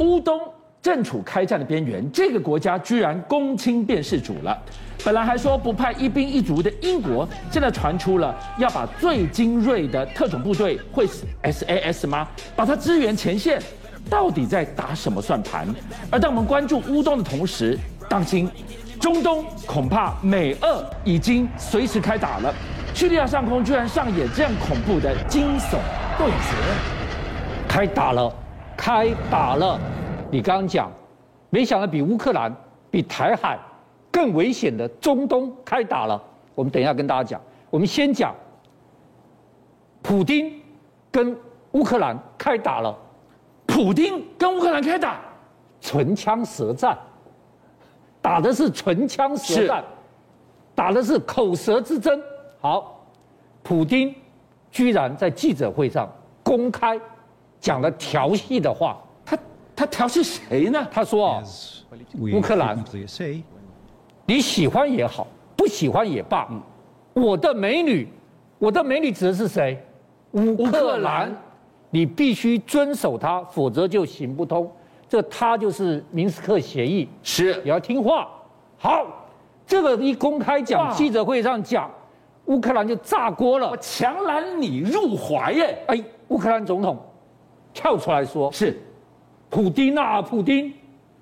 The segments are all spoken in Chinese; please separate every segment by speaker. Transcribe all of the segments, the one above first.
Speaker 1: 乌东正处开战的边缘，这个国家居然公卿变世主了。本来还说不派一兵一卒的英国，现在传出了要把最精锐的特种部队，会是 SAS 吗？把它支援前线，到底在打什么算盘？而当我们关注乌东的同时，当心中东恐怕美俄已经随时开打了。叙利亚上空居然上演这样恐怖的惊悚对决。
Speaker 2: 开打了，开打了！你刚刚讲，没想到比乌克兰、比台海更危险的中东开打了。我们等一下跟大家讲，我们先讲普丁跟乌克兰开打了，
Speaker 1: 普丁跟乌克兰开打，
Speaker 2: 唇枪舌战，打的是唇枪舌战，打的是口舌之争。好，普丁居然在记者会上公开。讲了调戏的话，
Speaker 1: 他他调戏谁呢？
Speaker 2: 他说啊，乌克兰，你喜欢也好，不喜欢也罢，嗯、我的美女，我的美女指的是谁？
Speaker 1: 乌克兰，
Speaker 2: 你必须遵守它，否则就行不通。这它就是明斯克协议，
Speaker 1: 是
Speaker 2: 你要听话。好，这个一公开讲，记者会上讲，乌克兰就炸锅了。
Speaker 1: 我强揽你入怀耶！
Speaker 2: 哎，乌克兰总统。跳出来说
Speaker 1: 是，
Speaker 2: 普丁啊，普丁，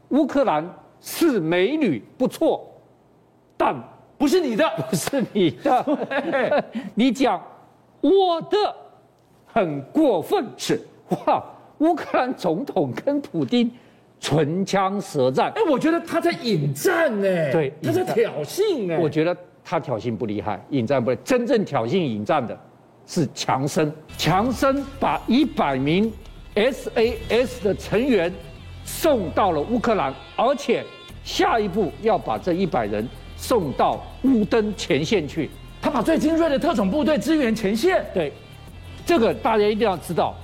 Speaker 2: 乌克兰是美女不错，但
Speaker 1: 不是你的，
Speaker 2: 不是你的， 你讲我的很过分
Speaker 1: 是
Speaker 2: 哇，乌克兰总统跟普丁唇枪舌战，
Speaker 1: 哎，我觉得他在引战呢、欸，
Speaker 2: 对，
Speaker 1: 他在挑衅呢、欸，
Speaker 2: 我觉得他挑衅不厉害，引战不厉害，真正挑衅引战的是强生，强生把一百名。SAS 的成员送到了乌克兰，而且下一步要把这一百人送到乌登前线去。
Speaker 1: 他把最精锐的特种部队支援前线。
Speaker 2: 对，这个大家一定要知道。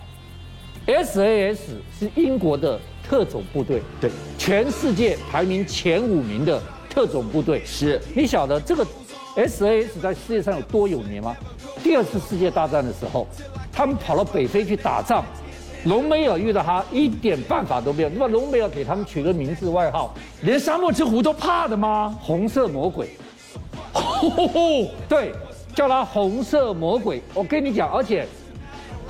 Speaker 2: SAS 是英国的特种部队，
Speaker 1: 对，
Speaker 2: 全世界排名前五名的特种部队。
Speaker 1: 是
Speaker 2: 你晓得这个 SAS 在世界上有多有名吗？第二次世界大战的时候，他们跑到北非去打仗。隆美尔遇到他一点办法都没有。你把隆美尔给他们取个名字外号，
Speaker 1: 连沙漠之狐都怕的吗？
Speaker 2: 红色魔鬼，对，叫他红色魔鬼。我跟你讲，而且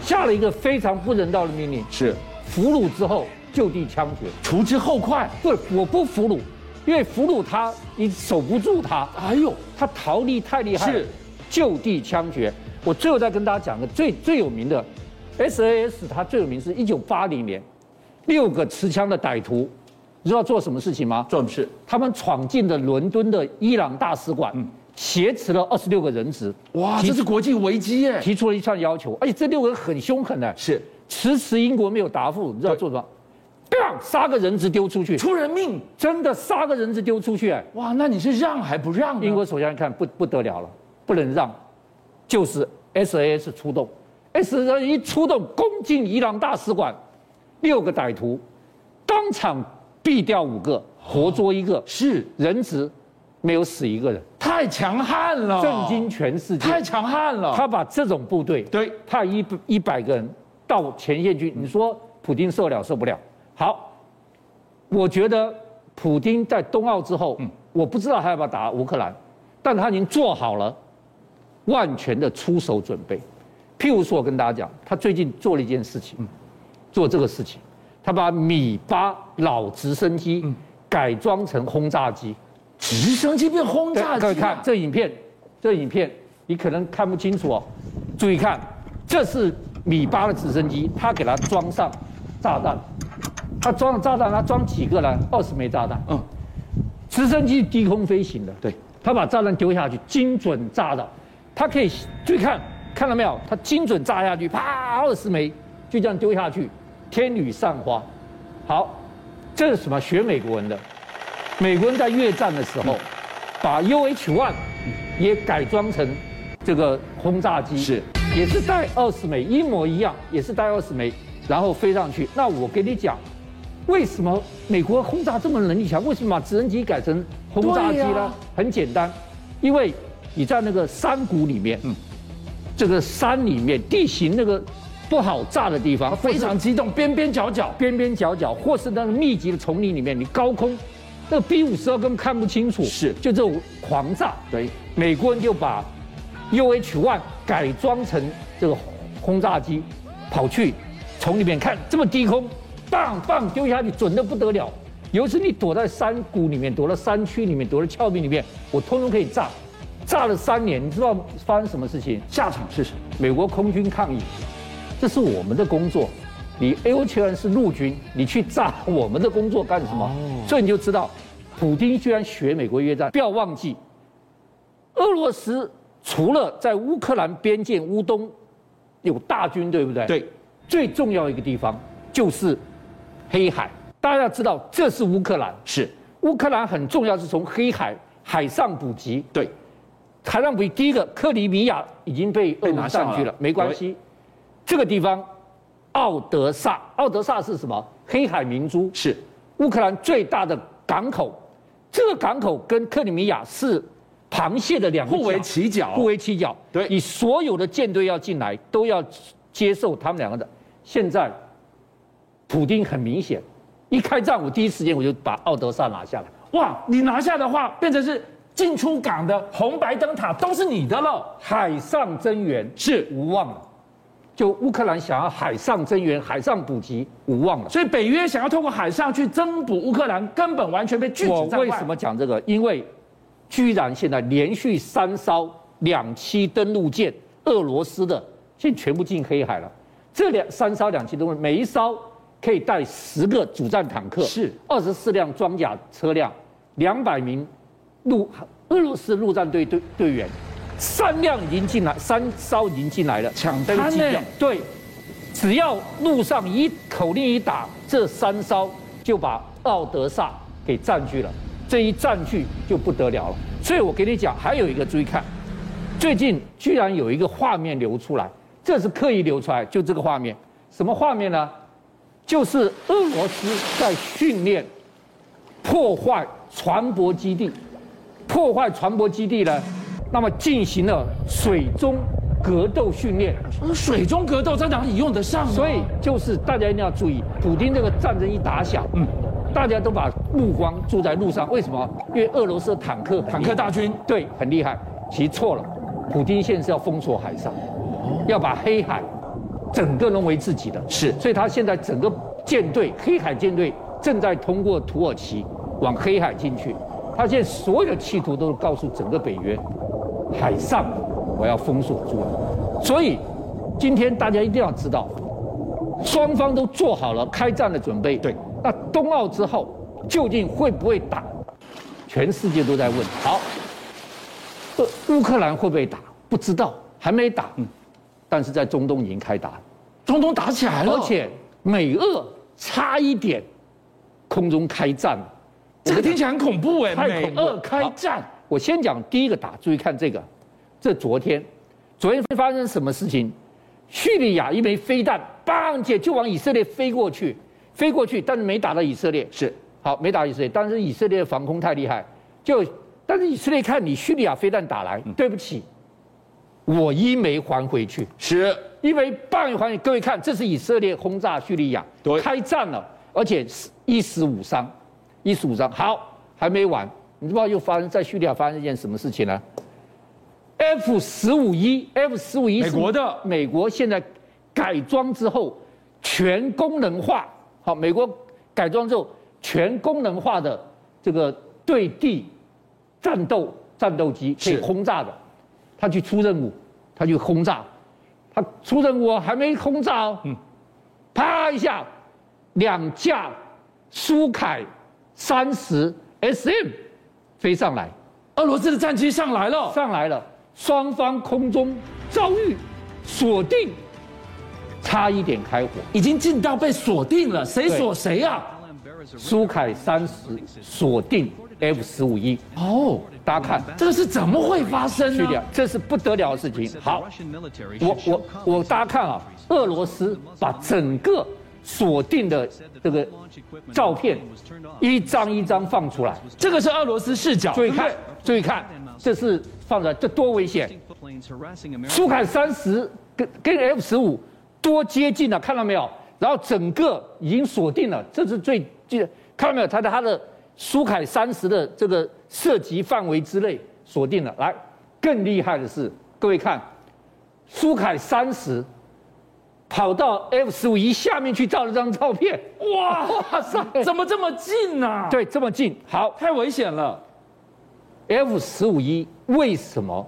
Speaker 2: 下了一个非常不人道的命令，
Speaker 1: 是
Speaker 2: 俘虏之后就地枪决，
Speaker 1: 除之后快。
Speaker 2: 不，我不俘虏，因为俘虏他你守不住他。
Speaker 1: 哎呦，
Speaker 2: 他逃离太厉害，
Speaker 1: 是
Speaker 2: 就地枪决。我最后再跟大家讲个最最有名的。SAS 它最有名是一九八零年，六个持枪的歹徒，你知道做什么事情吗？
Speaker 1: 做什么事？
Speaker 2: 他们闯进了伦敦的伊朗大使馆，嗯、挟持了二十六个人质。
Speaker 1: 哇，这是国际危机耶！
Speaker 2: 提出了一项要求，而且这六个人很凶狠的。
Speaker 1: 是，
Speaker 2: 迟迟英国没有答复，你知道做什么？杀个人质丢出去，
Speaker 1: 出人命！
Speaker 2: 真的杀个人质丢出去，哎，
Speaker 1: 哇，那你是让还不让？啊
Speaker 2: 英国首相一看不不得了了，不能让，就是 SAS 出动。S 人一出动攻进伊朗大使馆，六个歹徒当场毙掉五个，活捉一个，
Speaker 1: 哦是
Speaker 2: 人质，没有死一个人，
Speaker 1: 太强悍了，
Speaker 2: 震惊全世界，
Speaker 1: 哦太强悍了。
Speaker 2: 他把这种部队
Speaker 1: 对
Speaker 2: 派一一百个人到前线去，你说普京受了受不了？好，我觉得普京在冬奥之后，嗯、我不知道他要不要打乌克兰，但他已经做好了万全的出手准备。譬如说，我跟大家讲，他最近做了一件事情，嗯、做这个事情，他把米八老直升机改装成轰炸机，
Speaker 1: 直升机变轰炸机、
Speaker 2: 啊。各位看这影片，这影片你可能看不清楚哦，注意看，这是米八的直升机，他给它装上炸弹，他装了炸弹，他装几个呢？二十枚炸弹。嗯，直升机低空飞行的，
Speaker 1: 对，
Speaker 2: 他把炸弹丢下去，精准炸到，它可以注意看。看到没有？它精准炸下去，啪，二十枚就这样丢下去，天女散花。好，这是什么？学美国人的。美国人在越战的时候，嗯、把 UH-1 也改装成这个轰炸机，
Speaker 1: 是，
Speaker 2: 也是带二十枚，一模一样，也是带二十枚，然后飞上去。那我给你讲，为什么美国轰炸这么能力强？为什么把直升机改成轰炸机呢？啊、很简单，因为你在那个山谷里面，嗯。这个山里面地形那个不好炸的地方，
Speaker 1: 非常激动，边边角角。
Speaker 2: 边边角角，或是那个密集的丛林里面，你高空，那个 B 五十二根本看不清楚，
Speaker 1: 是
Speaker 2: 就这种狂炸。
Speaker 1: 对，
Speaker 2: 美国人就把 UH-1 改装成这个轰炸机，跑去从里面看，这么低空，棒棒丢下去，准的不得了。有一次你躲在山谷里面，躲到山区里面，躲到峭壁里面，我通通可以炸。炸了三年，你知道发生什么事情？
Speaker 1: 下场是什么？
Speaker 2: 美国空军抗议，这是我们的工作。你 A.O. 居然是陆军，你去炸我们的工作干什么？所以你就知道，普京居然学美国约战。不要忘记，俄罗斯除了在乌克兰边界乌东有大军，对不对？
Speaker 1: 对。
Speaker 2: 最重要一个地方就是黑海。大家知道，这是乌克兰。
Speaker 1: 是，
Speaker 2: 乌克兰很重要，是从黑海海上补给。
Speaker 1: 对，
Speaker 2: 海上补给，第一个克里米亚已经被俄
Speaker 1: 被
Speaker 2: 拿
Speaker 1: 拿
Speaker 2: 占
Speaker 1: 下
Speaker 2: 据
Speaker 1: 了
Speaker 2: 了，没关系。这个地方，奥德萨，奥德萨是什么？黑海明珠，
Speaker 1: 是
Speaker 2: 乌克兰最大的港口。这个港口跟克里米亚是螃蟹的两个
Speaker 1: 互为
Speaker 2: 角
Speaker 1: 其角。
Speaker 2: 互为其角。
Speaker 1: 对
Speaker 2: 你所有的舰队要进来，都要接受他们两个的。现在，普丁很明显，一开战，我第一时间我就把奥德萨拿下来。
Speaker 1: 哇，你拿下的话，变成是进出港的红白灯塔都是你的了。
Speaker 2: 海上增援
Speaker 1: 是，
Speaker 2: 无望了，就乌克兰想要海上增援、海上补给无望了。
Speaker 1: 所以北约想要透过海上去增补乌克兰，根本完全被拒
Speaker 2: 我
Speaker 1: 止在外。
Speaker 2: 为什么讲这个？因为居然现在连续三艘两栖登陆舰，俄罗斯的现在全部进黑海了。这两三艘两栖登陆，每一艘可以带十个主战坦克，
Speaker 1: 是
Speaker 2: 二十四辆装甲车辆，两百名陆俄罗斯陆战队队队员，三辆已经进来，三艘已经进来了，
Speaker 1: 抢
Speaker 2: 登
Speaker 1: 滩
Speaker 2: 机
Speaker 1: 呢
Speaker 2: 要对，只要路上一口令一打，这三艘就把奥德萨给占据了。这一占据就不得了了。所以我给你讲，还有一个注意看，最近居然有一个画面流出来，这是刻意流出来，就这个画面，什么画面呢？就是俄罗斯在训练破坏船舶基地，破坏船舶基地呢，那么进行了水中格斗训练。
Speaker 1: 水中格斗在哪里用得上呢？啊
Speaker 2: 所以就是大家一定要注意，普京这个战争一打响，嗯，大家都把目光注在路上，为什么？因为俄罗斯的坦克很厉害
Speaker 1: 坦克大军
Speaker 2: 对很厉害，其实错了，普京现在是要封锁海上，要把黑海整个沦为自己的，
Speaker 1: 是
Speaker 2: 所以他现在整个舰队黑海舰队正在通过土耳其往黑海进去，他现在所有的企图都是告诉整个北约，海上我要封锁住了，所以今天大家一定要知道，双方都做好了开战的准备。
Speaker 1: 对，
Speaker 2: 那冬奥之后究竟会不会打？全世界都在问。好，呃乌克兰会不会打？不知道，还没打。但是在中东已经开打了，
Speaker 1: 中东打起来了，
Speaker 2: 而且美俄差一点空中开战了。
Speaker 1: 这个听起来很恐怖哎，
Speaker 2: 太
Speaker 1: 美
Speaker 2: 恐怖了
Speaker 1: 俄开战，
Speaker 2: 我先讲第一个打，注意看这个，这昨天，昨天发生什么事情？叙利亚一枚飞弹，棒姐就往以色列飞过去，飞过去，但是没打到以色列。
Speaker 1: 是
Speaker 2: 好，没打以色列，但是以色列的防空太厉害，就但是以色列看你叙利亚飞弹打来，
Speaker 1: 嗯
Speaker 2: 对不起，我一枚还回去。
Speaker 1: 是，
Speaker 2: 因为棒一环，各位看，这是以色列轰炸叙利亚
Speaker 1: 对，
Speaker 2: 开战了，而且一死五伤，一死五伤。好，还没完，你知不知道又发生在叙利亚发生一件什么事情呢？F 十五一，F 十五一，
Speaker 1: 美国的
Speaker 2: 美国现在改装之后全功能化，好，美国改装之后全功能化的这个对地战斗战斗机可以
Speaker 1: 是
Speaker 2: 轰炸的，他去出任务，他去轰炸，他出任务哦还没轰炸哦，
Speaker 1: 嗯
Speaker 2: 啪一下，两架苏凯三十 SM 飞上来，
Speaker 1: 俄罗斯的战机上来了，
Speaker 2: 上来了，双方空中遭遇锁定，差一点开火。
Speaker 1: 已经进到被锁定了，谁
Speaker 2: 对
Speaker 1: 锁谁啊？
Speaker 2: 苏凯三十锁定 F 十五一，
Speaker 1: 哦，
Speaker 2: 大家看，
Speaker 1: 这个是怎么会发生啊
Speaker 2: 去
Speaker 1: 呢？
Speaker 2: 了，这是不得了的事情。好，我我我大家看啊，俄罗斯把整个锁定的这个照片一张一张放出来，
Speaker 1: 这个是俄罗斯视角，
Speaker 2: 注意
Speaker 1: 对不
Speaker 2: 看
Speaker 1: 对，
Speaker 2: 注意看，这是放出来，这多危险！苏凯三十跟跟 F 十五多接近了、看到没有？然后整个已经锁定了，这是最记得看到没有？它的它的苏凯三十的这个涉及范围之内锁定了。来，更厉害的是，各位看，苏凯三十跑到 F 十五一下面去照了张照片，
Speaker 1: 哇哇塞，怎么这么近呢、啊？，
Speaker 2: 对，这么近，好
Speaker 1: 太危险了。
Speaker 2: ，F 十五一为什么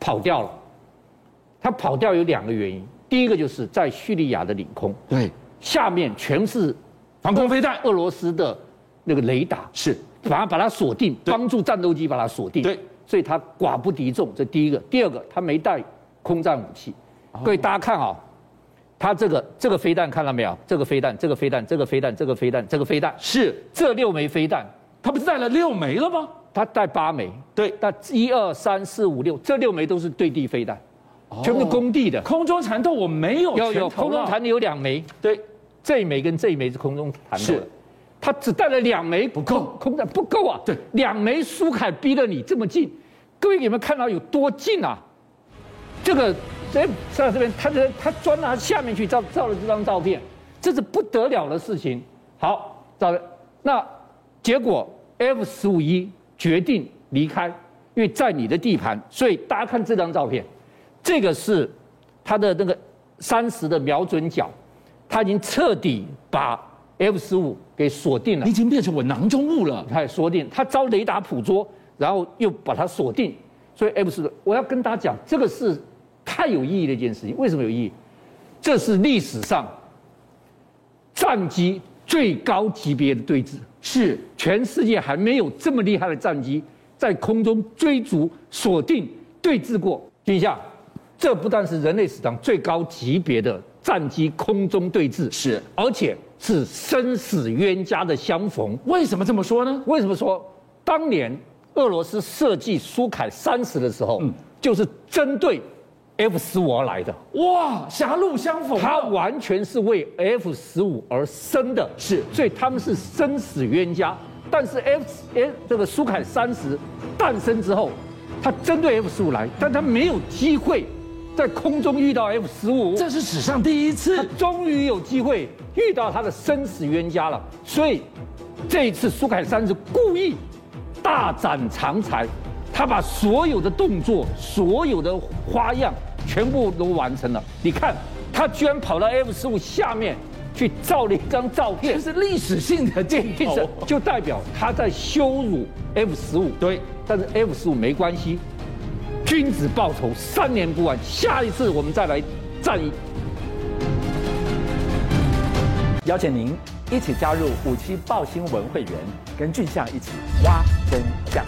Speaker 2: 跑掉了？它跑掉有两个原因，第一个就是在叙利亚的领空
Speaker 1: 对，
Speaker 2: 下面全是
Speaker 1: 防空飞弹
Speaker 2: 俄罗斯的那个雷达，
Speaker 1: 是
Speaker 2: 反而把它锁定，
Speaker 1: 对
Speaker 2: 帮助战斗机把它锁定。
Speaker 1: 对，
Speaker 2: 所以它寡不敌众，这第一个。第二个，它没带空战武器。
Speaker 1: 哦
Speaker 2: 各位大家看啊、它这个这个飞弹看到没有？这个飞弹，这个飞弹，这个飞弹，这个飞弹，这个飞弹，
Speaker 1: 是，
Speaker 2: 这六枚飞弹，
Speaker 1: 他不是带了六枚了吗？
Speaker 2: 它带八枚。
Speaker 1: 对，
Speaker 2: 那一二三四五六，这六枚都是对地飞弹，全部是工地的。
Speaker 1: 空中缠斗我没有
Speaker 2: 有
Speaker 1: 拳
Speaker 2: 有
Speaker 1: 头
Speaker 2: 空中
Speaker 1: 了
Speaker 2: 弹的有两枚，
Speaker 1: 对，
Speaker 2: 这一枚跟这一枚是空中弹的
Speaker 1: 是，
Speaker 2: 他只带了两枚，不
Speaker 1: 够
Speaker 2: 空弹不够啊。
Speaker 1: 对
Speaker 2: 两枚苏凯逼得你这么近，各位有没有看到有多近啊？这个哎，上这边，他这他钻到他下面去照照了这张照片，这是不得了的事情。好，照了，那结果 F 十五一决定离开，因为在你的地盘，所以大家看这张照片，这个是它的那个三十的瞄准角，它已经彻底把 F 十五给锁定了
Speaker 1: 你已。经变成我囊中物了。
Speaker 2: 他也锁定，他招雷达捕捉，然后又把它锁定，所以 F 四，我要跟大家讲，这个是太有意义的一件事情。为什么有意义？这是历史上战机最高级别的对峙，
Speaker 1: 是，
Speaker 2: 全世界还没有这么厉害的战机在空中追逐、锁定、对峙过。军下，这不但是人类史上最高级别的战机空中对峙，
Speaker 1: 是
Speaker 2: 而且是生死冤家的相逢。
Speaker 1: 为什么这么说呢？
Speaker 2: 为什么说当年俄罗斯设计苏凯三十的时候，
Speaker 1: 嗯
Speaker 2: 就是针对 F 十五而来的？
Speaker 1: 哇，狭路相逢啊。
Speaker 2: 它完全是为 F 十五而生的，
Speaker 1: 是
Speaker 2: 所以他们是生死冤家。但是 F F 这个苏凯三十诞生之后，它针对 F 十五来，但它没有机会在空中遇到 F 十五，
Speaker 1: 这是史上第一次。
Speaker 2: 终于有机会遇到他的生死冤家了。所以这一次苏凯三是故意大展长才，他把所有的动作、所有的花样全部都完成了。你看，他居然跑到 F 十五下面去照了一张照
Speaker 1: 这
Speaker 2: 片。
Speaker 1: 是历史性的镜
Speaker 2: 意思
Speaker 1: 头，
Speaker 2: 就代表他在羞辱 F 十五。
Speaker 1: 对，
Speaker 2: 但是 F 十五没关系，君子报仇，三年不晚。下一次我们再来战一
Speaker 3: 邀请您一起加入五七报新闻会员，跟俊相一起挖真相。